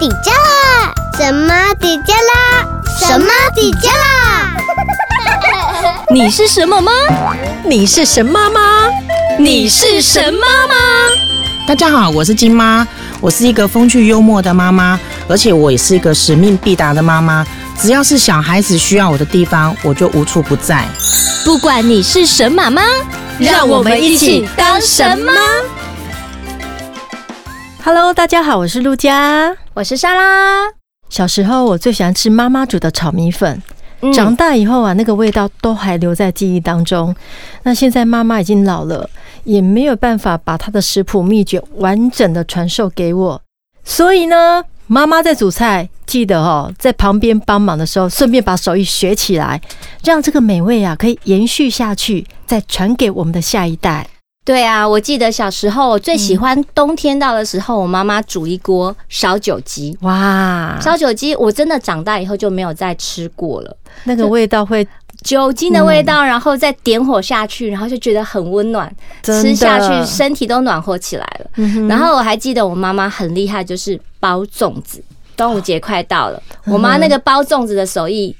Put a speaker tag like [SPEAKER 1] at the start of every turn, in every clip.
[SPEAKER 1] 底加啦？什么底加啦？什么底加啦？
[SPEAKER 2] 你是什么吗？
[SPEAKER 3] 你是神妈吗？
[SPEAKER 2] 你是神妈吗？
[SPEAKER 4] 大家好，我是金妈，我是一个风趣幽默的妈妈，而且我也是一个使命必达的妈妈。只要是小孩子需要我的地方，我就无处不在。
[SPEAKER 2] 不管你是神妈妈，
[SPEAKER 3] 让我们一起当神
[SPEAKER 2] 妈。
[SPEAKER 5] Hello，大家好，我是陆佳。
[SPEAKER 2] 我是莎拉，
[SPEAKER 5] 小时候我最喜欢吃妈妈煮的炒米粉，
[SPEAKER 2] 嗯
[SPEAKER 5] 长大以后啊，那个味道都还留在记忆当中。那现在妈妈已经老了，也没有办法把她的食谱秘诀完整的传授给我，所以呢，妈妈在煮菜，记得哦，在旁边帮忙的时候，顺便把手艺学起来，让这个美味啊可以延续下去，再传给我们的下一代。
[SPEAKER 2] 对啊，我记得小时候我最喜欢冬天到的时
[SPEAKER 3] 嗯
[SPEAKER 2] 候，我妈妈煮一锅烧酒鸡。
[SPEAKER 3] 啊
[SPEAKER 5] 哇，
[SPEAKER 2] 烧酒鸡，我真的长大以后就没有再吃过了。
[SPEAKER 5] 那个味道会
[SPEAKER 2] 酒精的味
[SPEAKER 3] 嗯
[SPEAKER 2] 道，然后再点火下去，然后就觉得很温暖，
[SPEAKER 5] 真
[SPEAKER 2] 吃下
[SPEAKER 5] 的
[SPEAKER 2] 去身体都暖和起来了。
[SPEAKER 5] 嗯哼
[SPEAKER 2] 然后我还记得我妈妈很厉害，就是包粽子。端午节快到了，
[SPEAKER 5] 嗯
[SPEAKER 2] 我妈那个包粽子的手艺，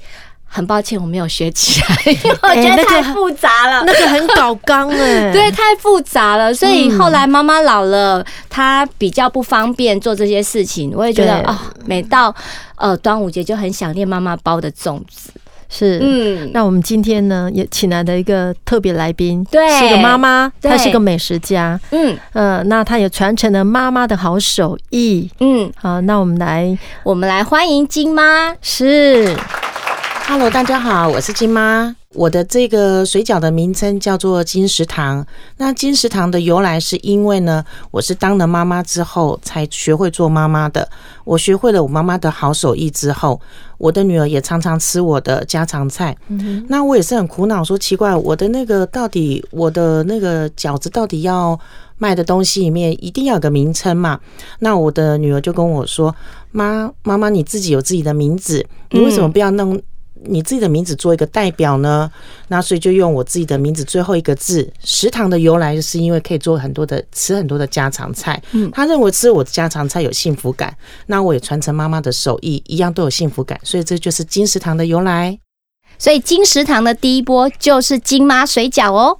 [SPEAKER 2] 很抱歉我没有学起来， 因为我觉
[SPEAKER 5] 哎
[SPEAKER 2] 得
[SPEAKER 5] 那个
[SPEAKER 2] 太复杂了。
[SPEAKER 5] 那个很搞纲 哎、
[SPEAKER 2] 对，太复杂了，所以后来妈妈老了，她比较不方便做这些事情。我也觉得
[SPEAKER 5] 对
[SPEAKER 2] 哦，每到呃端午节就很想念妈妈包的粽子。
[SPEAKER 5] 是，
[SPEAKER 2] 嗯，
[SPEAKER 5] 那我们今天呢也请来的一个特别来宾，
[SPEAKER 2] 对
[SPEAKER 5] 是个妈妈，
[SPEAKER 2] 对
[SPEAKER 5] 她是个美食家，
[SPEAKER 2] 嗯
[SPEAKER 5] 呃，那她也传承了妈妈的好手艺。
[SPEAKER 2] 嗯，
[SPEAKER 5] 好，那我们来
[SPEAKER 2] 我们来欢迎金妈。
[SPEAKER 5] 是
[SPEAKER 4] Hello，大家好，我是金妈。我的这个水饺的名称叫做金石堂。那金石堂的由来是因为呢，我是当了妈妈之后才学会做妈妈的。我学会了我妈妈的好手艺之后，我的女儿也常常吃我的家常菜。那我也是很苦恼，说奇怪，我的那个到底我的那个饺子到底要卖的东西里面一定要有个名称嘛？那我的女儿就跟我说：“妈，妈妈你自己有自己的名字，你为什么不要弄？”你自己的名字做一个代表呢，那所以就用我自己的名字最后一个字。食堂的由来是因为可以做很多的吃很多的家常菜，他认为吃我的家常菜有幸福感，那我也传承妈妈的手艺，一样都有幸福感，所以这就是金食堂的由来。
[SPEAKER 2] 所以金食堂的第一波就是金妈水饺哦，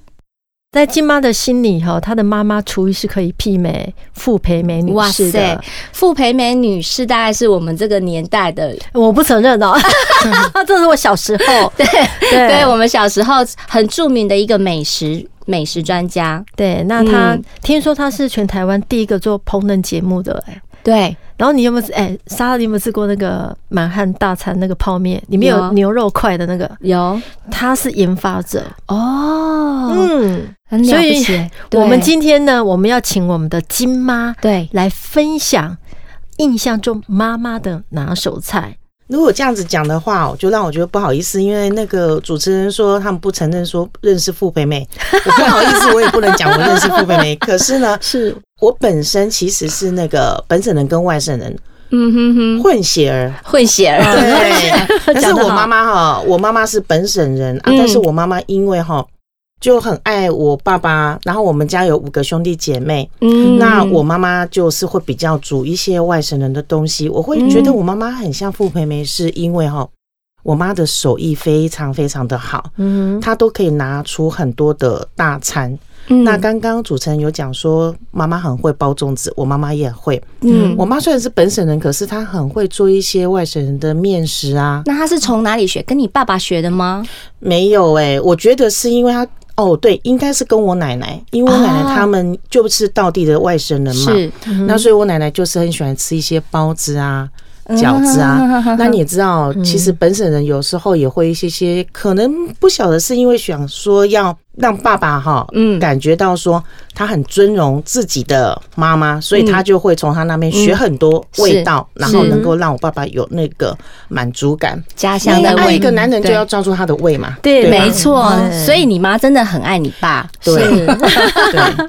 [SPEAKER 5] 在金妈的心里哈，她的妈妈厨艺是可以媲美傅培梅女
[SPEAKER 2] 哇
[SPEAKER 5] 士
[SPEAKER 2] 塞
[SPEAKER 5] 的，
[SPEAKER 2] 傅培梅女士大概是我们这个年代的，
[SPEAKER 5] 我不承认哦， 这是我小时候，对对
[SPEAKER 2] 对我们小时候很著名的一个美食美食专家。
[SPEAKER 5] 对，那她、
[SPEAKER 2] 嗯
[SPEAKER 5] 听说她是全台湾第一个做烹饪节目的哎、
[SPEAKER 2] 对，
[SPEAKER 5] 然后你有没有吃？哎、莎拉，你有没有吃过那个满汉大餐那个泡面？里面
[SPEAKER 2] 有啊
[SPEAKER 5] 有牛肉块的那个，
[SPEAKER 2] 有
[SPEAKER 5] 他是研发者。
[SPEAKER 2] 哦，
[SPEAKER 5] 嗯，
[SPEAKER 2] 很了不起 耶。对
[SPEAKER 5] 我们今天呢，我们要请我们的金妈
[SPEAKER 2] 对
[SPEAKER 5] 来分享印象中妈妈的拿手菜。
[SPEAKER 4] 如果这样子讲的话哦，就让我觉得不好意思，因为那个主持人说他们不承认说认识傅培梅，我不好意思，我也不能讲我认识傅培梅。可 是呢，
[SPEAKER 5] 是
[SPEAKER 4] 我本身其实是那个本省人跟外省人
[SPEAKER 2] 嗯哼哼，
[SPEAKER 4] 混血儿，
[SPEAKER 2] 混血儿。
[SPEAKER 4] 对， 但是
[SPEAKER 5] 讲得
[SPEAKER 4] 我
[SPEAKER 5] 好
[SPEAKER 4] 妈妈哈，我妈妈是本省人啊，
[SPEAKER 2] 嗯
[SPEAKER 4] 但是我妈妈因为哈就很爱我爸爸，然后我们家有五个兄弟姐妹，
[SPEAKER 2] 嗯
[SPEAKER 4] 那我妈妈就是会比较煮一些外省人的东西。我会
[SPEAKER 2] 嗯
[SPEAKER 4] 觉得我妈妈很像傅培梅，是因为哈，我妈的手艺非常非常的好，
[SPEAKER 5] 嗯哼，
[SPEAKER 4] 她都可以拿出很多的大餐。
[SPEAKER 2] 嗯
[SPEAKER 4] 那刚刚主持人有讲说，妈妈很会包粽子，我妈妈也会。
[SPEAKER 2] 嗯
[SPEAKER 4] 我妈虽然是本省人，可是她很会做一些外省人的面食啊。
[SPEAKER 2] 那他是从哪里学？跟你爸爸学的吗？
[SPEAKER 4] 没有哎、我觉得是因为她。哦，对，应该是跟我奶奶，因为我奶奶他们就是道地的外省人嘛，
[SPEAKER 2] 啊是
[SPEAKER 4] 那所以我奶奶就是很喜欢吃一些包子啊、
[SPEAKER 2] 嗯
[SPEAKER 4] 饺子啊。那你也知道，其实本省人有时候也会一些些，可能不晓得是因为想说要让爸爸哈，
[SPEAKER 2] 嗯
[SPEAKER 4] 感觉到说他很尊荣自己的妈妈，所以他就会从他那边学很多味道，
[SPEAKER 2] 是
[SPEAKER 4] 然后能够让我爸爸有那个满足感。
[SPEAKER 2] 家
[SPEAKER 4] 因
[SPEAKER 2] 乡
[SPEAKER 4] 为
[SPEAKER 2] 的
[SPEAKER 4] 爱
[SPEAKER 2] 味，
[SPEAKER 4] 一个男人就
[SPEAKER 2] 对
[SPEAKER 4] 要抓住他的胃嘛，
[SPEAKER 5] 对
[SPEAKER 4] 吧
[SPEAKER 2] 没嗯错。
[SPEAKER 5] 对
[SPEAKER 2] 所以你妈真的很爱你爸，
[SPEAKER 4] 对对。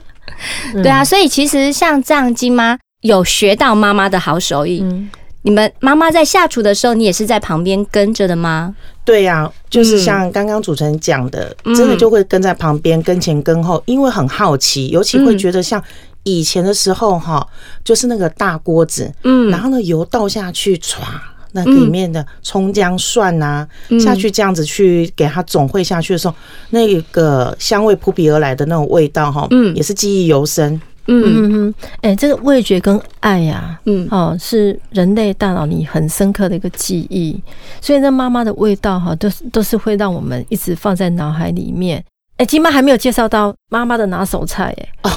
[SPEAKER 4] 嗯
[SPEAKER 2] 对啊。所以其实像这样，金妈有学到妈妈的好手艺。
[SPEAKER 5] 嗯
[SPEAKER 2] 你们妈妈在下厨的时候，你也是在旁边跟着的吗？
[SPEAKER 4] 对呀、就是
[SPEAKER 2] 嗯
[SPEAKER 4] 像刚刚主持人讲的，真的就会跟在旁边、跟前、跟后，因为很好奇，尤其会觉得像以前的时候哈，就是那个大锅子，
[SPEAKER 2] 嗯
[SPEAKER 4] 然后呢油倒下去，歘，那里面的葱姜蒜呐、
[SPEAKER 2] 嗯
[SPEAKER 4] 下去这样子去给它总烩下去的时候，那个香味扑鼻而来的那种味道哈，
[SPEAKER 2] 嗯
[SPEAKER 4] 也是记忆犹深。
[SPEAKER 2] 嗯
[SPEAKER 5] 嗯哼，哎、这个味觉跟爱呀、
[SPEAKER 2] 嗯
[SPEAKER 5] 哦，是人类大脑里很深刻的一个记忆，所以那妈妈的味道哈，都是都是会让我们一直放在脑海里面。哎、金妈还没有介绍到妈妈的拿手菜哎、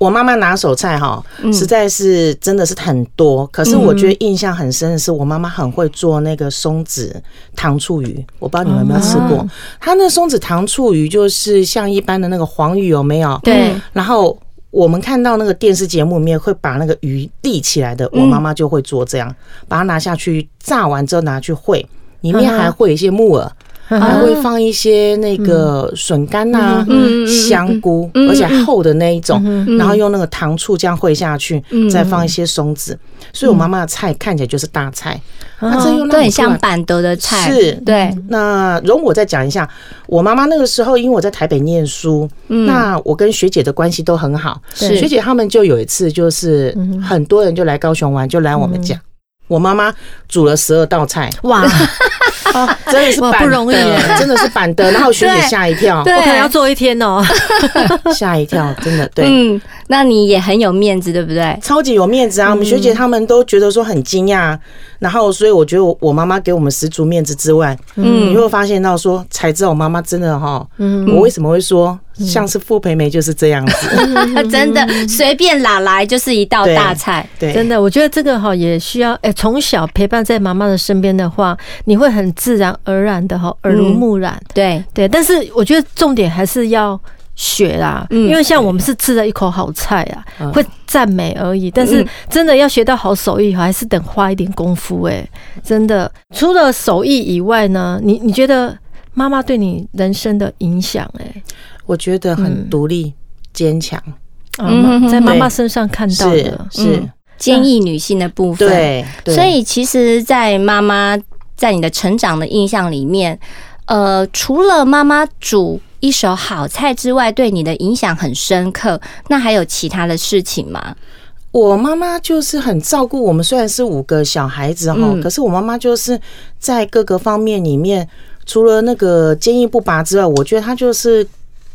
[SPEAKER 4] 我妈妈拿手菜哈，
[SPEAKER 2] 嗯
[SPEAKER 4] 实在是真的是很多，可是我觉得印象很深的是，我妈妈很会做那个松子糖醋鱼，我不知道你们有没有吃过
[SPEAKER 5] 哦。
[SPEAKER 4] 她那松子糖醋鱼就是像一般的那个黄鱼，有没有？
[SPEAKER 2] 嗯
[SPEAKER 5] 对
[SPEAKER 4] 然后我们看到那个电视节目里面会把那个鱼立起来的，我
[SPEAKER 2] 嗯
[SPEAKER 4] 妈妈就会做这样，把它拿下去炸完之后拿去烩，里面
[SPEAKER 2] 嗯
[SPEAKER 4] 还会有一些木耳，还会放一些那个笋干呐、
[SPEAKER 2] 嗯嗯嗯嗯
[SPEAKER 4] 香菇，
[SPEAKER 2] 嗯嗯
[SPEAKER 4] 而且厚的那一种，
[SPEAKER 2] 嗯
[SPEAKER 4] 然后用那个糖醋这样烩下去，
[SPEAKER 2] 嗯
[SPEAKER 4] 再放一些松子，所以我妈妈的菜看起来就是大菜，啊，这又让
[SPEAKER 2] 哦都很
[SPEAKER 4] 我突然
[SPEAKER 2] 嗯像板德的菜，
[SPEAKER 4] 是
[SPEAKER 2] 对，
[SPEAKER 4] 那容我再讲一下，我妈妈那个时候，因为我在台北念书，嗯那我跟学姐的关系都很好。
[SPEAKER 2] 嗯是嗯
[SPEAKER 4] 学姐她们就有一次，就是很多人就来高雄玩，就来我们家。我妈妈煮了十二道 菜，
[SPEAKER 5] 哇，
[SPEAKER 4] 啊、真的是
[SPEAKER 5] 哇
[SPEAKER 4] 板
[SPEAKER 5] 不容易
[SPEAKER 4] 的
[SPEAKER 5] 耶
[SPEAKER 4] 真的是板的。然后学姐
[SPEAKER 2] 对
[SPEAKER 4] 吓一跳，
[SPEAKER 5] 我可能要做一天哦、
[SPEAKER 4] 吓一跳，真的对。
[SPEAKER 2] 嗯，那你也很有面子，对不对？
[SPEAKER 4] 超级有面子啊！我们学姐她们都觉得说很惊讶，然后所以我觉得我我妈妈给我们十足面子之外，嗯，你会发现到说才知道我妈妈真的哈，嗯，嗯我为什么会说像是傅培梅就是这样子，
[SPEAKER 2] 真的随便哪来就是一道大菜，
[SPEAKER 4] 对，
[SPEAKER 5] 真
[SPEAKER 4] 的
[SPEAKER 5] 的，我觉得这个哈也需要，哎、从小陪伴在妈妈的身边的话，你会很自然而然的哈
[SPEAKER 2] 嗯
[SPEAKER 5] 耳濡目染、
[SPEAKER 4] 嗯
[SPEAKER 2] 对，
[SPEAKER 5] 对，但是我觉得重点还是要学啦，
[SPEAKER 2] 嗯
[SPEAKER 5] 因为像我们是吃了一口好菜啊，
[SPEAKER 4] 嗯
[SPEAKER 5] 会赞美而已，但是
[SPEAKER 2] 嗯
[SPEAKER 5] 真的要学到好手艺，还是等花一点功夫哎、真的。除了手艺以外呢，你你觉得妈妈对你人生的影响哎、
[SPEAKER 4] 我觉得很独立坚强，
[SPEAKER 5] 啊
[SPEAKER 2] 嗯哼哼
[SPEAKER 5] 在妈妈
[SPEAKER 4] 对
[SPEAKER 5] 身上看到
[SPEAKER 4] 是
[SPEAKER 5] 的，
[SPEAKER 4] 是
[SPEAKER 5] 嗯，
[SPEAKER 2] 坚毅女性的部分，
[SPEAKER 4] 对，对
[SPEAKER 2] 所以其实，在妈妈在你的成长的印象里面，呃，除了妈妈煮一手好菜之外，对你的影响很深刻，那还有其他的事情吗？
[SPEAKER 4] 我妈妈就是很照顾我们，虽然是五个小孩子哈，
[SPEAKER 2] 嗯
[SPEAKER 4] 可是我妈妈就是在各个方面里面，除了那个坚毅不拔之外，我觉得她就是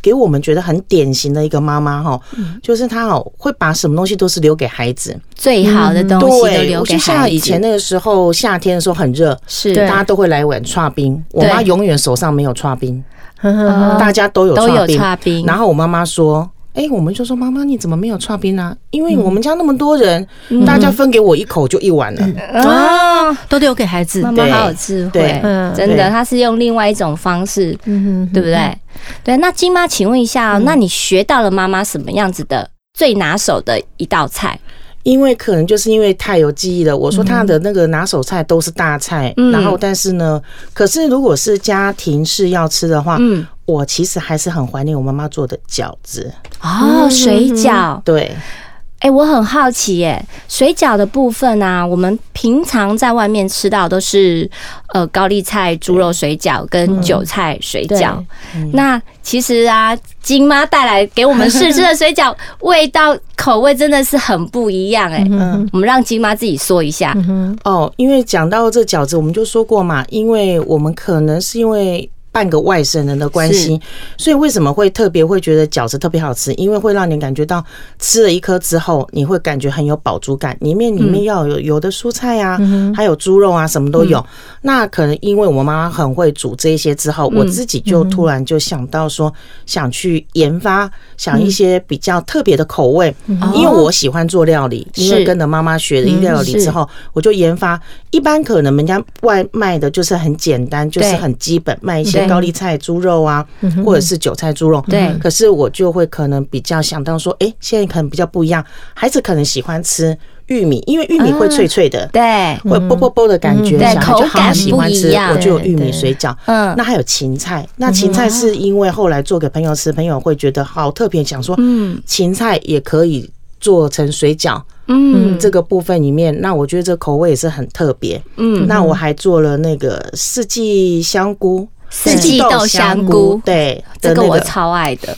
[SPEAKER 4] 给我们觉得很典型的一个妈妈哈，
[SPEAKER 2] 嗯
[SPEAKER 4] 就是她哦会把什么东西都是留给孩子，
[SPEAKER 2] 最好的东西都留
[SPEAKER 4] 嗯我
[SPEAKER 2] 给
[SPEAKER 4] 就像
[SPEAKER 2] 孩
[SPEAKER 4] 以前
[SPEAKER 2] 子，
[SPEAKER 4] 那个时候夏天的时候很热，
[SPEAKER 2] 是
[SPEAKER 5] 对
[SPEAKER 4] 大家都会来碗串冰，我
[SPEAKER 2] 对
[SPEAKER 4] 妈永远手上没有串冰，
[SPEAKER 5] 呵呵呵
[SPEAKER 2] 哦
[SPEAKER 4] 大家都有
[SPEAKER 2] 都有
[SPEAKER 4] 串冰，
[SPEAKER 2] 差冰，
[SPEAKER 4] 然后我妈妈说：“哎、我们就说妈妈，你怎么没有串冰呢？
[SPEAKER 2] 嗯
[SPEAKER 4] 因为我们家那么多人，大家分给我一口就一碗了。
[SPEAKER 2] 哦，
[SPEAKER 5] 啊都留给孩子
[SPEAKER 2] 妈，妈
[SPEAKER 4] 对
[SPEAKER 2] 好有智慧
[SPEAKER 4] 对，
[SPEAKER 5] 嗯
[SPEAKER 2] 真
[SPEAKER 4] 对
[SPEAKER 2] 的，她是用另外一种方式，
[SPEAKER 5] 嗯哼
[SPEAKER 2] 对不对？对，那金妈，请问一下哦，
[SPEAKER 4] 嗯
[SPEAKER 2] 那你学到了妈妈什么样子的最拿手的一道菜？
[SPEAKER 4] 因为可能就是因为太有记忆了。我说她的那个拿手菜都是大菜，
[SPEAKER 2] 嗯
[SPEAKER 4] 然后但是呢，可是如果是家庭式要吃的话，
[SPEAKER 2] 嗯，
[SPEAKER 4] 我其实还是很怀念我妈妈做的饺子。
[SPEAKER 2] 哦，水饺，
[SPEAKER 4] 对，
[SPEAKER 2] 哎、我很好奇耶，水饺的部分啊，我们平常在外面吃到都是呃高丽菜猪肉水饺跟韭菜水饺，那其实啊，金妈带来给我们试吃的水饺味道口味真的是很不一样哎。
[SPEAKER 4] 嗯
[SPEAKER 2] 我们让金妈自己说一下，
[SPEAKER 4] 哦，因为讲到这饺子，我们就说过嘛，因为我们可能是因为。半个外省人的关系，所以为什么会特别会觉得饺子特别好吃？因为会让你感觉到吃了一颗之后，你会感觉很有饱足感，里面里面要有有的蔬菜啊，还有猪肉啊，什么都有。那可能因为我妈妈很会煮这些之后，我自己就突然就想到说，想去研发想一些比较特别的口味，因为我喜欢做料理，因为
[SPEAKER 2] 是
[SPEAKER 4] 跟着妈妈学了料理之后，我就研发。一般可能人家外卖的就是很简单，就是
[SPEAKER 2] 对
[SPEAKER 4] 很基本，卖一些
[SPEAKER 2] 对嗯
[SPEAKER 4] 高丽菜猪肉啊，或者是韭菜猪肉。
[SPEAKER 2] 对
[SPEAKER 4] 可是我就会可能比较想到说，哎，现在可能比较不一样，孩子可能喜欢吃玉米，因为玉米会脆脆的。
[SPEAKER 2] 啊对，
[SPEAKER 4] 会啵啵啵的感觉，
[SPEAKER 5] 嗯
[SPEAKER 2] 对
[SPEAKER 4] 小孩就
[SPEAKER 2] 口
[SPEAKER 4] 好
[SPEAKER 2] 感
[SPEAKER 4] 喜欢
[SPEAKER 2] 不一
[SPEAKER 4] 吃，
[SPEAKER 2] 样
[SPEAKER 4] 我就有玉
[SPEAKER 5] 对
[SPEAKER 4] 米
[SPEAKER 5] 对
[SPEAKER 4] 水饺。
[SPEAKER 2] 嗯，
[SPEAKER 4] 那还有芹菜，那芹菜是因为后来做给朋友吃，朋友会觉得好特别，想说
[SPEAKER 2] 嗯
[SPEAKER 4] 芹菜也可以做成水饺，
[SPEAKER 2] 嗯
[SPEAKER 4] 这个部分里面，那我觉得这口味也是很特别。
[SPEAKER 2] 嗯，
[SPEAKER 4] 那我还做了那个四季香菇，
[SPEAKER 2] 四季豆香菇，
[SPEAKER 4] 对，
[SPEAKER 2] 这
[SPEAKER 4] 的
[SPEAKER 2] 个
[SPEAKER 4] 那
[SPEAKER 2] 我超爱的，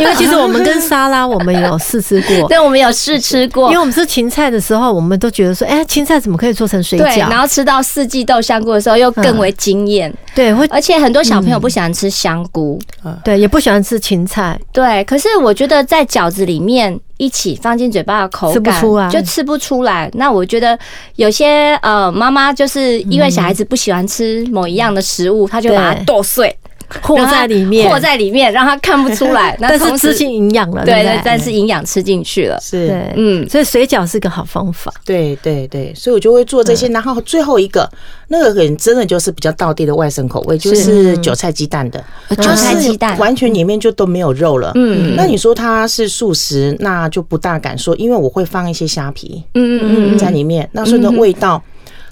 [SPEAKER 5] 因为其实我 们跟沙拉我们有试吃过，
[SPEAKER 2] 对，我们有试吃过
[SPEAKER 5] 哦因为，我们吃芹菜的时候，我们都觉得说，哎、芹菜怎么可以做成水
[SPEAKER 2] 对，然
[SPEAKER 5] 饺？
[SPEAKER 2] 后吃到四季豆香菇的时候又更为惊艳，
[SPEAKER 5] 对，会
[SPEAKER 2] 而且很多小朋友不喜欢吃香菇，
[SPEAKER 5] 对，也不喜欢吃芹菜，
[SPEAKER 2] 对，可是我觉得在饺子里面一起放进嘴巴的口
[SPEAKER 5] 吃不
[SPEAKER 2] 感
[SPEAKER 5] 出啊来
[SPEAKER 2] 就吃不出来。那我觉得有些呃妈妈就是因为小孩子不喜欢吃某一样的食物，她就把它
[SPEAKER 5] 对
[SPEAKER 2] 剁碎，
[SPEAKER 5] 和
[SPEAKER 2] 让它
[SPEAKER 5] 在里面，
[SPEAKER 2] 和在里面，让他看不出 来。那
[SPEAKER 5] 但是
[SPEAKER 2] 同时
[SPEAKER 5] 吃进营养了，
[SPEAKER 2] 对
[SPEAKER 5] 对
[SPEAKER 2] 对
[SPEAKER 5] 不，
[SPEAKER 2] 但是营养吃进去了。
[SPEAKER 4] 是，
[SPEAKER 5] 对，
[SPEAKER 2] 嗯，
[SPEAKER 5] 所以水饺是个好方法。
[SPEAKER 4] 对对对，所以我就会做这些。然后最后一个，那个很真的就是比较道地的外省口味，就是韭菜鸡蛋的，
[SPEAKER 2] 呃
[SPEAKER 4] 就
[SPEAKER 2] 嗯韭菜
[SPEAKER 4] 是
[SPEAKER 2] 鸡蛋，
[SPEAKER 4] 完全里面就都没有肉了。
[SPEAKER 2] 嗯
[SPEAKER 4] 那你说它是素食，那就不大敢说，因为我会放一些虾皮
[SPEAKER 2] 嗯嗯嗯
[SPEAKER 4] 在
[SPEAKER 2] 嗯，
[SPEAKER 4] 里面，那所以呢味道。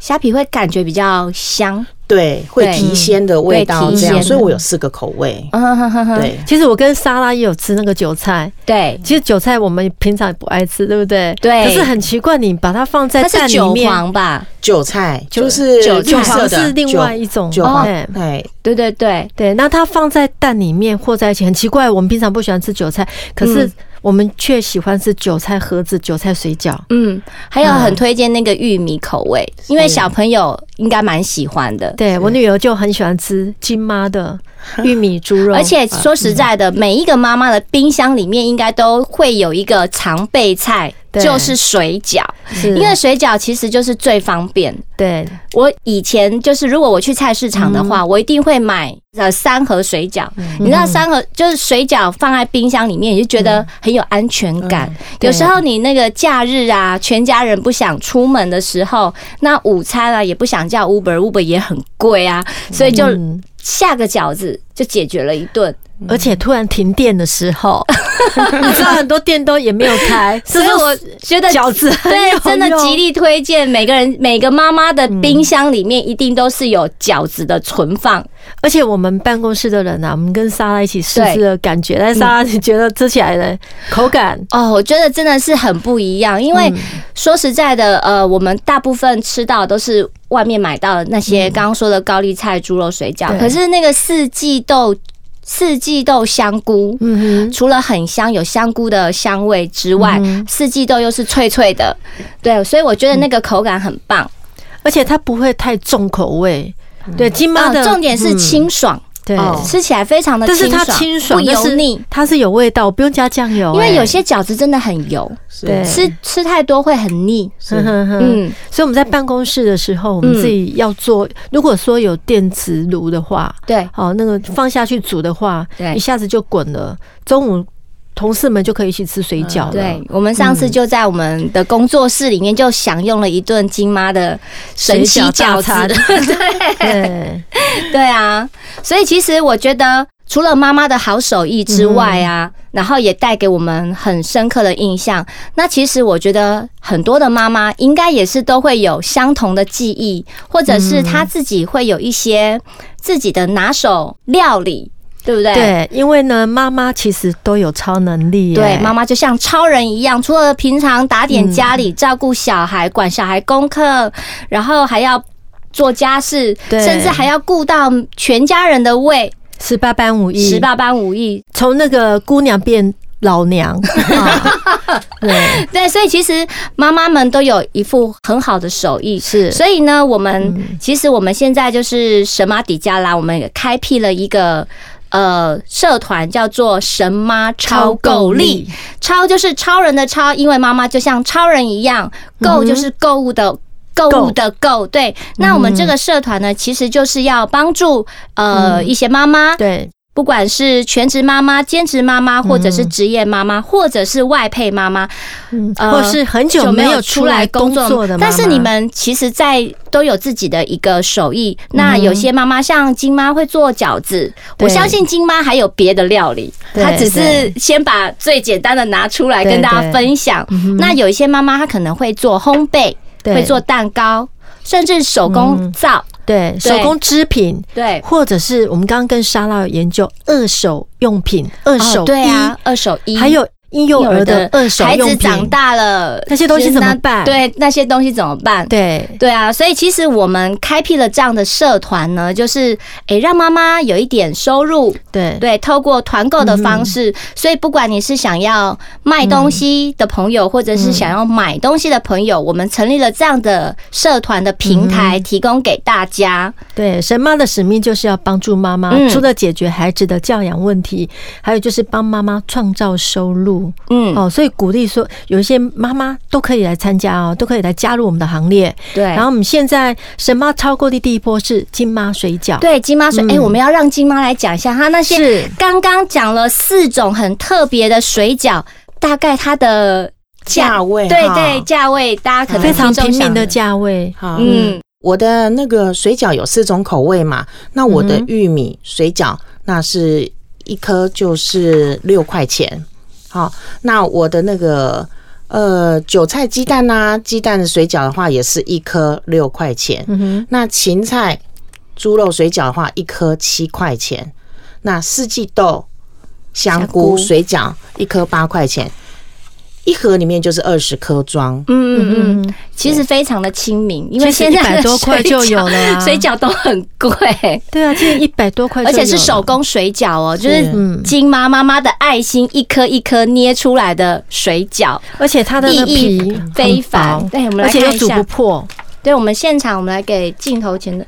[SPEAKER 2] 虾皮会感觉比较香。
[SPEAKER 4] 对，会
[SPEAKER 2] 对
[SPEAKER 4] 提鲜的味道
[SPEAKER 2] 会提
[SPEAKER 4] 这样，
[SPEAKER 2] 鲜
[SPEAKER 4] 所以我有四个口味。
[SPEAKER 5] 嗯
[SPEAKER 4] 对，
[SPEAKER 5] 其实我跟莎拉也有吃那个韭菜，
[SPEAKER 2] 对，
[SPEAKER 5] 其实韭菜我们平常也不爱吃，对不对？
[SPEAKER 2] 对
[SPEAKER 5] 可是很奇怪，你把它放在
[SPEAKER 2] 它是
[SPEAKER 5] 蛋里
[SPEAKER 2] 韭
[SPEAKER 5] 面，
[SPEAKER 2] 黄吧？
[SPEAKER 4] 韭菜就是
[SPEAKER 2] 韭
[SPEAKER 4] 绿色
[SPEAKER 5] 黄
[SPEAKER 4] 的，
[SPEAKER 5] 是另外一种，
[SPEAKER 4] 韭韭黄，
[SPEAKER 5] 对
[SPEAKER 4] 哎，
[SPEAKER 2] 对对对，
[SPEAKER 5] 对，那它放在蛋里面和在一起，很奇怪。我们平常不喜欢吃韭菜，可是
[SPEAKER 2] 嗯
[SPEAKER 5] 我们却喜欢吃韭菜盒子、韭菜水饺。
[SPEAKER 2] 嗯，还有很推荐那个玉米口味，因为小朋友应该蛮喜欢的。
[SPEAKER 5] 对我女儿就很喜欢吃金妈的玉米猪肉，
[SPEAKER 2] 而且说实在的，每一个妈妈的冰箱里面应该都会有一个常备菜，
[SPEAKER 5] 对
[SPEAKER 2] 就是水饺，
[SPEAKER 5] 是
[SPEAKER 2] 因为水饺其实就是最方便。
[SPEAKER 5] 对
[SPEAKER 2] 我以前就是，如果我去菜市场的
[SPEAKER 5] 嗯
[SPEAKER 2] 话，我一定会买呃三盒水饺。你知道三盒就是水饺放在冰箱里面，你就觉
[SPEAKER 5] 嗯
[SPEAKER 2] 得很有安全感。有时候你那个假日啊，全家人不想出门的时候，那午餐啊也不想叫 Uber，Uber 也很贵啊，所以就
[SPEAKER 5] 嗯
[SPEAKER 2] 下个饺子就解决了一顿。
[SPEAKER 5] 而
[SPEAKER 2] 嗯
[SPEAKER 5] 且突然停电的时 候，你知道很多店都也没有开，
[SPEAKER 2] 所以我觉得
[SPEAKER 5] 饺子 很有嗯
[SPEAKER 2] 对
[SPEAKER 5] 用
[SPEAKER 2] 真的极力推荐每个人每个妈妈的冰箱里面一定都是有饺子的存放。
[SPEAKER 5] 而且我们办公室的人啊，我们跟莎拉一起试吃的感觉，
[SPEAKER 2] 嗯
[SPEAKER 5] 但是莎拉你觉得吃起来的口感，
[SPEAKER 2] 哦，我觉得真的是很不一样，因
[SPEAKER 5] 嗯
[SPEAKER 2] 为说实在的，呃，我们大部分吃到都是外面买到的那些刚刚说的高丽菜、猪肉水饺，
[SPEAKER 5] 嗯对
[SPEAKER 2] 可是那个四季豆、四季豆香菇。
[SPEAKER 5] 嗯哼，
[SPEAKER 2] 除了很香，有香菇的香味之外，四季豆又是脆脆的，对，所以我觉得那个口感很棒。
[SPEAKER 5] 而且它不会太重口味。对，金妈
[SPEAKER 2] 嗯，
[SPEAKER 5] 的
[SPEAKER 2] 重点是
[SPEAKER 5] 嗯
[SPEAKER 2] 清爽，
[SPEAKER 5] 对，
[SPEAKER 4] 哦
[SPEAKER 2] 吃起来非常的
[SPEAKER 5] 但
[SPEAKER 2] 清
[SPEAKER 5] 是
[SPEAKER 2] 爽，
[SPEAKER 5] 它清爽，
[SPEAKER 2] 不
[SPEAKER 5] 但
[SPEAKER 2] 油
[SPEAKER 5] 是
[SPEAKER 2] 腻，
[SPEAKER 5] 它是有味道，不用加酱油、
[SPEAKER 2] 因为
[SPEAKER 5] 哎
[SPEAKER 2] 有些饺子真的很油，
[SPEAKER 5] 对，
[SPEAKER 2] 吃吃太多会很腻。
[SPEAKER 5] 哼哼哼，
[SPEAKER 2] 嗯，
[SPEAKER 5] 所以我们在办公室的时候，我们
[SPEAKER 2] 嗯
[SPEAKER 5] 自己要做。如果说有电磁炉的话，
[SPEAKER 2] 对，
[SPEAKER 5] 哦，那个放下去煮的话，
[SPEAKER 2] 对
[SPEAKER 5] 一下子就滚了。中午同事们就可以一起吃水饺了。
[SPEAKER 2] 对，我们上次就在我们的工作室里面就享用了一顿金妈的神奇饺
[SPEAKER 5] 水饺大餐
[SPEAKER 2] 子。对
[SPEAKER 5] 对，
[SPEAKER 2] 对啊，所以其实我觉得。除了妈妈的好手艺之外啊，
[SPEAKER 5] 嗯
[SPEAKER 2] 然后也带给我们很深刻的印象。那其实我觉得很多的妈妈应该也是都会有相同的记忆，或者是
[SPEAKER 5] 嗯
[SPEAKER 2] 她自己会有一些自己的拿手料理，对不对？
[SPEAKER 5] 对，因为呢，妈妈其实都有超能力、
[SPEAKER 2] 对，
[SPEAKER 5] 哎
[SPEAKER 2] 妈妈就像超人一样，除了平常打点家
[SPEAKER 5] 嗯
[SPEAKER 2] 里、照顾小孩、管小孩功课，然后还要做家事，
[SPEAKER 5] 对
[SPEAKER 2] 甚至还要顾到全家人的胃，
[SPEAKER 5] 十八般武艺，
[SPEAKER 2] 十八般武艺。
[SPEAKER 5] 从那个姑娘变老 娘。啊、对，
[SPEAKER 2] 对，所以其实妈妈们都有一副很好的手艺。
[SPEAKER 5] 是，嗯
[SPEAKER 2] 所以呢，我们、其实我们现在就是神马底加拉，我们也开辟了一个呃社团，叫做神妈 超购力。超就是超人的超，因为妈妈就像超人一样；购就是购物的。购物的购，对。那我们这个社团呢，其实就是要帮助呃一些妈妈，
[SPEAKER 5] 对，
[SPEAKER 2] 不管是全职妈妈、兼职妈妈，或者是职业妈妈，或者是外配妈妈，
[SPEAKER 5] 嗯，
[SPEAKER 2] 呃
[SPEAKER 5] 或是很久没有出来工作的妈妈，
[SPEAKER 2] 但是你们其实，在都有自己的一个手艺。
[SPEAKER 5] 嗯
[SPEAKER 2] 那有些妈妈像金妈会做饺子，
[SPEAKER 5] 对
[SPEAKER 2] 我相信金妈还有别的料理，
[SPEAKER 5] 对
[SPEAKER 2] 她只是先把最简单的拿出来
[SPEAKER 5] 对嗯
[SPEAKER 2] 跟大家分享。那有一些妈妈她可能会做烘焙，
[SPEAKER 5] 对
[SPEAKER 2] 会做蛋糕，甚至手工
[SPEAKER 5] 嗯哦
[SPEAKER 2] 皂。
[SPEAKER 5] 对手工织品。
[SPEAKER 2] 对，
[SPEAKER 5] 或者是我们刚刚跟莎拉有研究二手用品、二
[SPEAKER 2] 哦
[SPEAKER 5] 手衣，
[SPEAKER 2] 对啊，二手衣
[SPEAKER 5] 还有婴幼儿的二手
[SPEAKER 2] 孩
[SPEAKER 5] 用
[SPEAKER 2] 子
[SPEAKER 5] 品
[SPEAKER 2] 长大了，
[SPEAKER 5] 那些东西怎么
[SPEAKER 2] 那
[SPEAKER 5] 办
[SPEAKER 2] 对，那些东西怎么办？
[SPEAKER 5] 对，
[SPEAKER 2] 对啊，所以其实我们开辟了这样的社团呢，就是诶、让妈妈有一点收入，
[SPEAKER 5] 对嗯
[SPEAKER 2] 对，透过团购的方式，所以不管你是想要卖东西的朋友，或者
[SPEAKER 5] 嗯
[SPEAKER 2] 是想要买东西的朋友，我们成立了这样的社团的平台，
[SPEAKER 5] 嗯
[SPEAKER 2] 提供给大家。
[SPEAKER 5] 对，神妈的使命就是要帮助妈妈，
[SPEAKER 2] 嗯
[SPEAKER 5] 除了解决孩子的教养问题，还有就是帮妈妈创造收入。
[SPEAKER 2] 嗯，
[SPEAKER 5] 哦，所以鼓励说，有一些妈妈都可以来参加哦，都可以来加入我们的行列。
[SPEAKER 2] 对。
[SPEAKER 5] 然后我们现在神妈超过的第一波是金妈水饺，
[SPEAKER 2] 对金妈水，哎、
[SPEAKER 5] 嗯
[SPEAKER 2] 我们要让金妈来讲一下她那些
[SPEAKER 5] 是
[SPEAKER 2] 刚刚讲了四种很特别的水饺，大概它的
[SPEAKER 4] 价位
[SPEAKER 2] 对
[SPEAKER 4] 哈
[SPEAKER 2] 对，价位大家可能
[SPEAKER 5] 非常
[SPEAKER 2] 听众
[SPEAKER 5] 平民
[SPEAKER 2] 想
[SPEAKER 5] 的，价位。
[SPEAKER 4] 好，
[SPEAKER 2] 嗯，
[SPEAKER 4] 我的那个水饺有四种口味嘛，那我的玉米水饺那是一颗就是六块钱，好，那我的那个呃韭菜鸡蛋啊，鸡蛋水饺的话也是一颗六块钱，
[SPEAKER 5] 嗯哼，
[SPEAKER 4] 那芹菜猪肉水饺的话一颗七块钱，那四季豆香菇水饺一颗八块钱，一盒里面就是二十颗装，
[SPEAKER 2] 嗯嗯
[SPEAKER 5] 嗯
[SPEAKER 2] 嗯，其实非常的亲民，因为
[SPEAKER 5] 其
[SPEAKER 2] 现
[SPEAKER 5] 实
[SPEAKER 2] 在
[SPEAKER 5] 100
[SPEAKER 2] 的
[SPEAKER 5] 多块
[SPEAKER 2] 水
[SPEAKER 5] 就有
[SPEAKER 2] 饺
[SPEAKER 5] 了 啊
[SPEAKER 2] 水饺都很贵，
[SPEAKER 5] 对啊，这一百多块就
[SPEAKER 2] 而
[SPEAKER 5] 有了，
[SPEAKER 2] 且是手工水饺哦，就是
[SPEAKER 5] 嗯
[SPEAKER 2] 金妈妈妈的爱心一颗一颗捏出来的水饺，
[SPEAKER 5] 而且它的那
[SPEAKER 2] 意
[SPEAKER 5] 皮
[SPEAKER 2] 义
[SPEAKER 5] 很
[SPEAKER 2] 非凡哎对我
[SPEAKER 5] 薄
[SPEAKER 2] 们来
[SPEAKER 5] 而且又
[SPEAKER 2] 看一
[SPEAKER 5] 煮
[SPEAKER 2] 下
[SPEAKER 5] 不破。
[SPEAKER 2] 对我们现场我们来给镜头前的，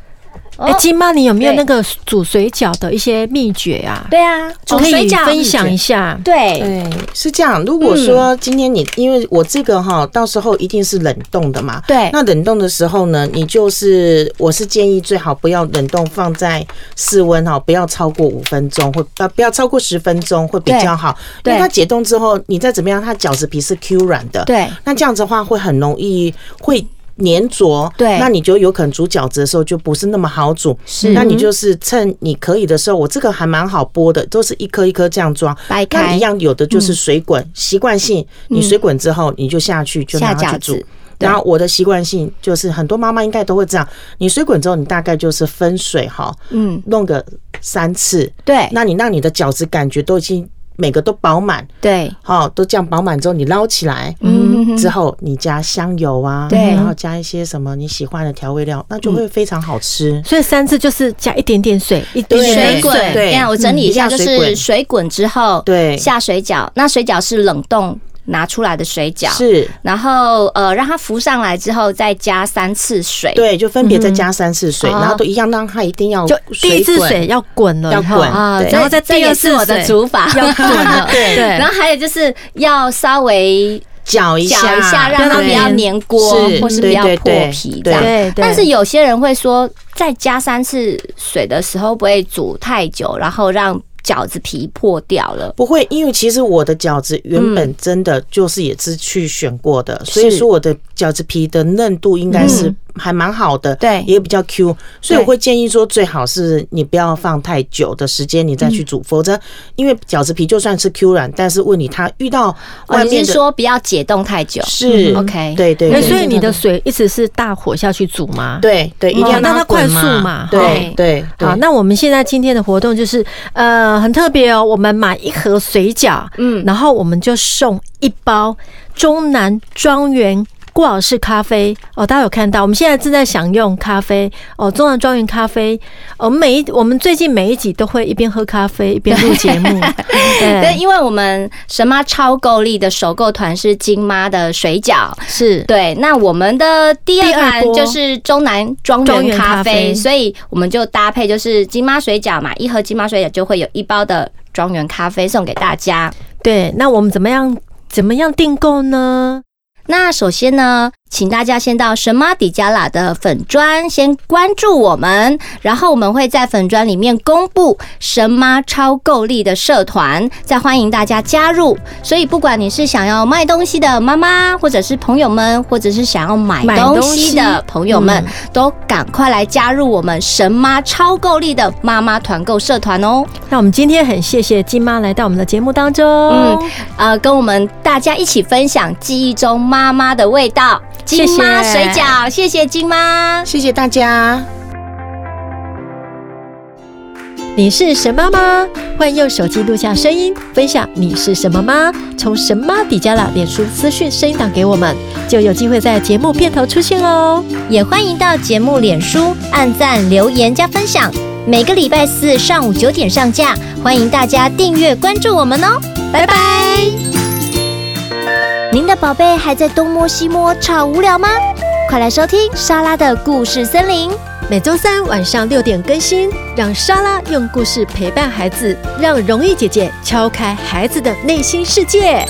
[SPEAKER 5] 哎、
[SPEAKER 2] 哦
[SPEAKER 5] 金妈，你有没有
[SPEAKER 2] 对
[SPEAKER 5] 那个煮水饺的一些秘诀啊？
[SPEAKER 2] 对啊，煮
[SPEAKER 5] 可
[SPEAKER 2] 水
[SPEAKER 5] 以
[SPEAKER 2] 饺
[SPEAKER 5] 分享一下。
[SPEAKER 2] 对。嗯
[SPEAKER 4] 对，是这样。如果说今天你，因为我这个哈，到时候一定是冷冻的嘛。
[SPEAKER 2] 对
[SPEAKER 4] 那冷冻的时候呢，你就是我是建议最好不要冷冻，放在室温哈，不要超过五分钟，会呃不要超过十分钟会比较好，因
[SPEAKER 2] 对
[SPEAKER 4] 为它解冻之后，你再怎么样，它饺子皮是 Q 软的。。
[SPEAKER 2] 对，
[SPEAKER 4] 那这样子的话会很容易会粘着，
[SPEAKER 2] 对
[SPEAKER 4] 那你就有可能煮饺子的时候就不是那么好煮，
[SPEAKER 2] 是
[SPEAKER 4] 那你就是趁你可以的时候，我这个还蛮好剥的，都是一颗一颗这样装，
[SPEAKER 2] 掰开嗯
[SPEAKER 4] 那一样有的就是水滚，习惯性你水滚之后你就下去就
[SPEAKER 2] 下
[SPEAKER 4] 拿它去
[SPEAKER 2] 饺子
[SPEAKER 4] 煮。然后我的习惯性就是很多妈妈应该都会这样，你水滚之后你大概就是分水哈，
[SPEAKER 2] 嗯，
[SPEAKER 4] 弄个三次，
[SPEAKER 2] 对
[SPEAKER 4] 那你让你的饺子感觉都已经每个都饱满，
[SPEAKER 2] 对，
[SPEAKER 4] 好、都这样饱满之后你捞起来，
[SPEAKER 2] 嗯
[SPEAKER 4] 之后你加香油啊，
[SPEAKER 2] 对嗯
[SPEAKER 4] 然后加一些什么你喜欢的调味料，那就会非常好吃。
[SPEAKER 5] 所以三次就是加一点点水，一
[SPEAKER 4] 对
[SPEAKER 5] 点点
[SPEAKER 2] 水
[SPEAKER 5] 水
[SPEAKER 2] 滚，
[SPEAKER 4] 对
[SPEAKER 2] 等一下我整理一下，
[SPEAKER 4] 嗯
[SPEAKER 2] 就
[SPEAKER 4] 水
[SPEAKER 2] 是
[SPEAKER 4] 滚
[SPEAKER 2] 水滚之后，
[SPEAKER 4] 对
[SPEAKER 2] 下水饺，那水饺是冷冻拿出来的水饺，
[SPEAKER 4] 是，
[SPEAKER 2] 然后呃让它浮上来之后再加三次水，
[SPEAKER 4] 对，就分别再加三次水，
[SPEAKER 2] 哦
[SPEAKER 4] 然后都一样，让它一定要
[SPEAKER 5] 就第一次
[SPEAKER 4] 滚
[SPEAKER 5] 水要滚了
[SPEAKER 4] 要
[SPEAKER 5] 以后，
[SPEAKER 4] 滚
[SPEAKER 2] 啊，
[SPEAKER 4] 对
[SPEAKER 2] 这
[SPEAKER 5] 然后再
[SPEAKER 2] 这
[SPEAKER 5] 第
[SPEAKER 2] 也
[SPEAKER 5] 二
[SPEAKER 2] 是
[SPEAKER 5] 次
[SPEAKER 2] 我的
[SPEAKER 5] 水
[SPEAKER 2] 煮法，
[SPEAKER 5] 要 滚了，
[SPEAKER 4] 对
[SPEAKER 5] 对，
[SPEAKER 2] 然后还有就是要稍微
[SPEAKER 4] 搅一
[SPEAKER 2] 搅
[SPEAKER 4] 下，
[SPEAKER 2] 一下，让它
[SPEAKER 5] 对
[SPEAKER 2] 不要粘锅
[SPEAKER 4] 是
[SPEAKER 2] 或是不
[SPEAKER 4] 对
[SPEAKER 2] 要
[SPEAKER 4] 对
[SPEAKER 2] 破
[SPEAKER 4] 对
[SPEAKER 2] 皮这
[SPEAKER 4] 对
[SPEAKER 2] 样。
[SPEAKER 5] 对对，
[SPEAKER 2] 但是有些人会说，在加三次水的时候会不会煮太久，然后让饺子皮破掉了。
[SPEAKER 4] 不会，因为其实我的饺子原本真的就是也是去选过的，
[SPEAKER 5] 嗯
[SPEAKER 4] 所以说我的饺子皮的嫩度应该是还蛮好的，
[SPEAKER 2] 对
[SPEAKER 4] 也比较 Q，所以我会建议说最好是你不要放太久的时间你再去煮，
[SPEAKER 5] 嗯
[SPEAKER 4] 否则因为饺子皮就算是 Q 软，但是问你它遇
[SPEAKER 2] 我
[SPEAKER 4] 到
[SPEAKER 5] 哦
[SPEAKER 4] 外面
[SPEAKER 2] 是
[SPEAKER 4] 的、
[SPEAKER 2] 说不要解冻太久。
[SPEAKER 4] 是、
[SPEAKER 2] 嗯，OK
[SPEAKER 4] 对对
[SPEAKER 5] 哎
[SPEAKER 4] 对，
[SPEAKER 5] 所以你的水一直是大火下去煮吗？。
[SPEAKER 4] 对对，一定要
[SPEAKER 5] 哦让
[SPEAKER 4] 它
[SPEAKER 5] 它快
[SPEAKER 4] 滚
[SPEAKER 5] 速嘛哦
[SPEAKER 4] 对
[SPEAKER 2] 对
[SPEAKER 4] 对对
[SPEAKER 5] 好，那我们现在今天的活动就是，呃，很特别哦。我们买一盒水饺，嗯，然后我们就送一包中南庄园顾老师咖啡哦。大家有看到，我们现在正在享用咖啡哦，中南庄园咖啡。哦，我们每一我们最近每一集都会一边喝咖啡一边录节目，
[SPEAKER 2] 对，
[SPEAKER 5] 对，
[SPEAKER 2] 因为我们神妈超购力的首购团是金妈的水饺，
[SPEAKER 5] 是。
[SPEAKER 2] 对，那我们的第二
[SPEAKER 5] 第二
[SPEAKER 2] 盘
[SPEAKER 5] 波
[SPEAKER 2] 就是中南庄
[SPEAKER 5] 庄
[SPEAKER 2] 园
[SPEAKER 5] 园
[SPEAKER 2] 咖
[SPEAKER 5] 咖
[SPEAKER 2] 啡，
[SPEAKER 5] 啡
[SPEAKER 2] 所以我们就搭配就是金妈水饺嘛，一盒金妈水饺就会有一包的庄园咖啡送给大家。
[SPEAKER 5] 对，那我们怎么样怎么样订购呢？
[SPEAKER 2] 那首先呢，请大家先到神马底加拉的粉砖先关注我们，然后我们会在粉砖里面公布神妈超购力的社团，再欢迎大家加入。所以不管你是想要卖东西的妈妈，或者是朋友们，或者是想要买
[SPEAKER 5] 买
[SPEAKER 2] 东
[SPEAKER 5] 东
[SPEAKER 2] 西
[SPEAKER 5] 西
[SPEAKER 2] 的朋友们，都赶快来加入我们神妈超购力的妈妈团购社团哦。
[SPEAKER 5] 那我们今天很谢谢金妈来到我们的节目当中，
[SPEAKER 2] 嗯，呃，跟我们大家一起分享记忆中妈妈的味道。金
[SPEAKER 5] 谢谢
[SPEAKER 2] 妈水饺，谢谢金妈。
[SPEAKER 4] 谢谢大家。
[SPEAKER 5] 你是神妈吗？欢迎用手机录下声音，分享你是什么妈，从神妈底加啦脸书资讯声音档给我们，就有机会在节目片头出现哦。
[SPEAKER 2] 也欢迎到节目脸书按赞、留言加分享。每个礼拜四上午九点上架，欢迎大家订阅关注我们哦，拜拜。您的宝贝还在东摸西摸，超无聊吗？快来收听莎拉的故事森林。
[SPEAKER 5] 每周三晚上六点更新，让莎拉用故事陪伴孩子，让容易姐姐敲开孩子的内心世界。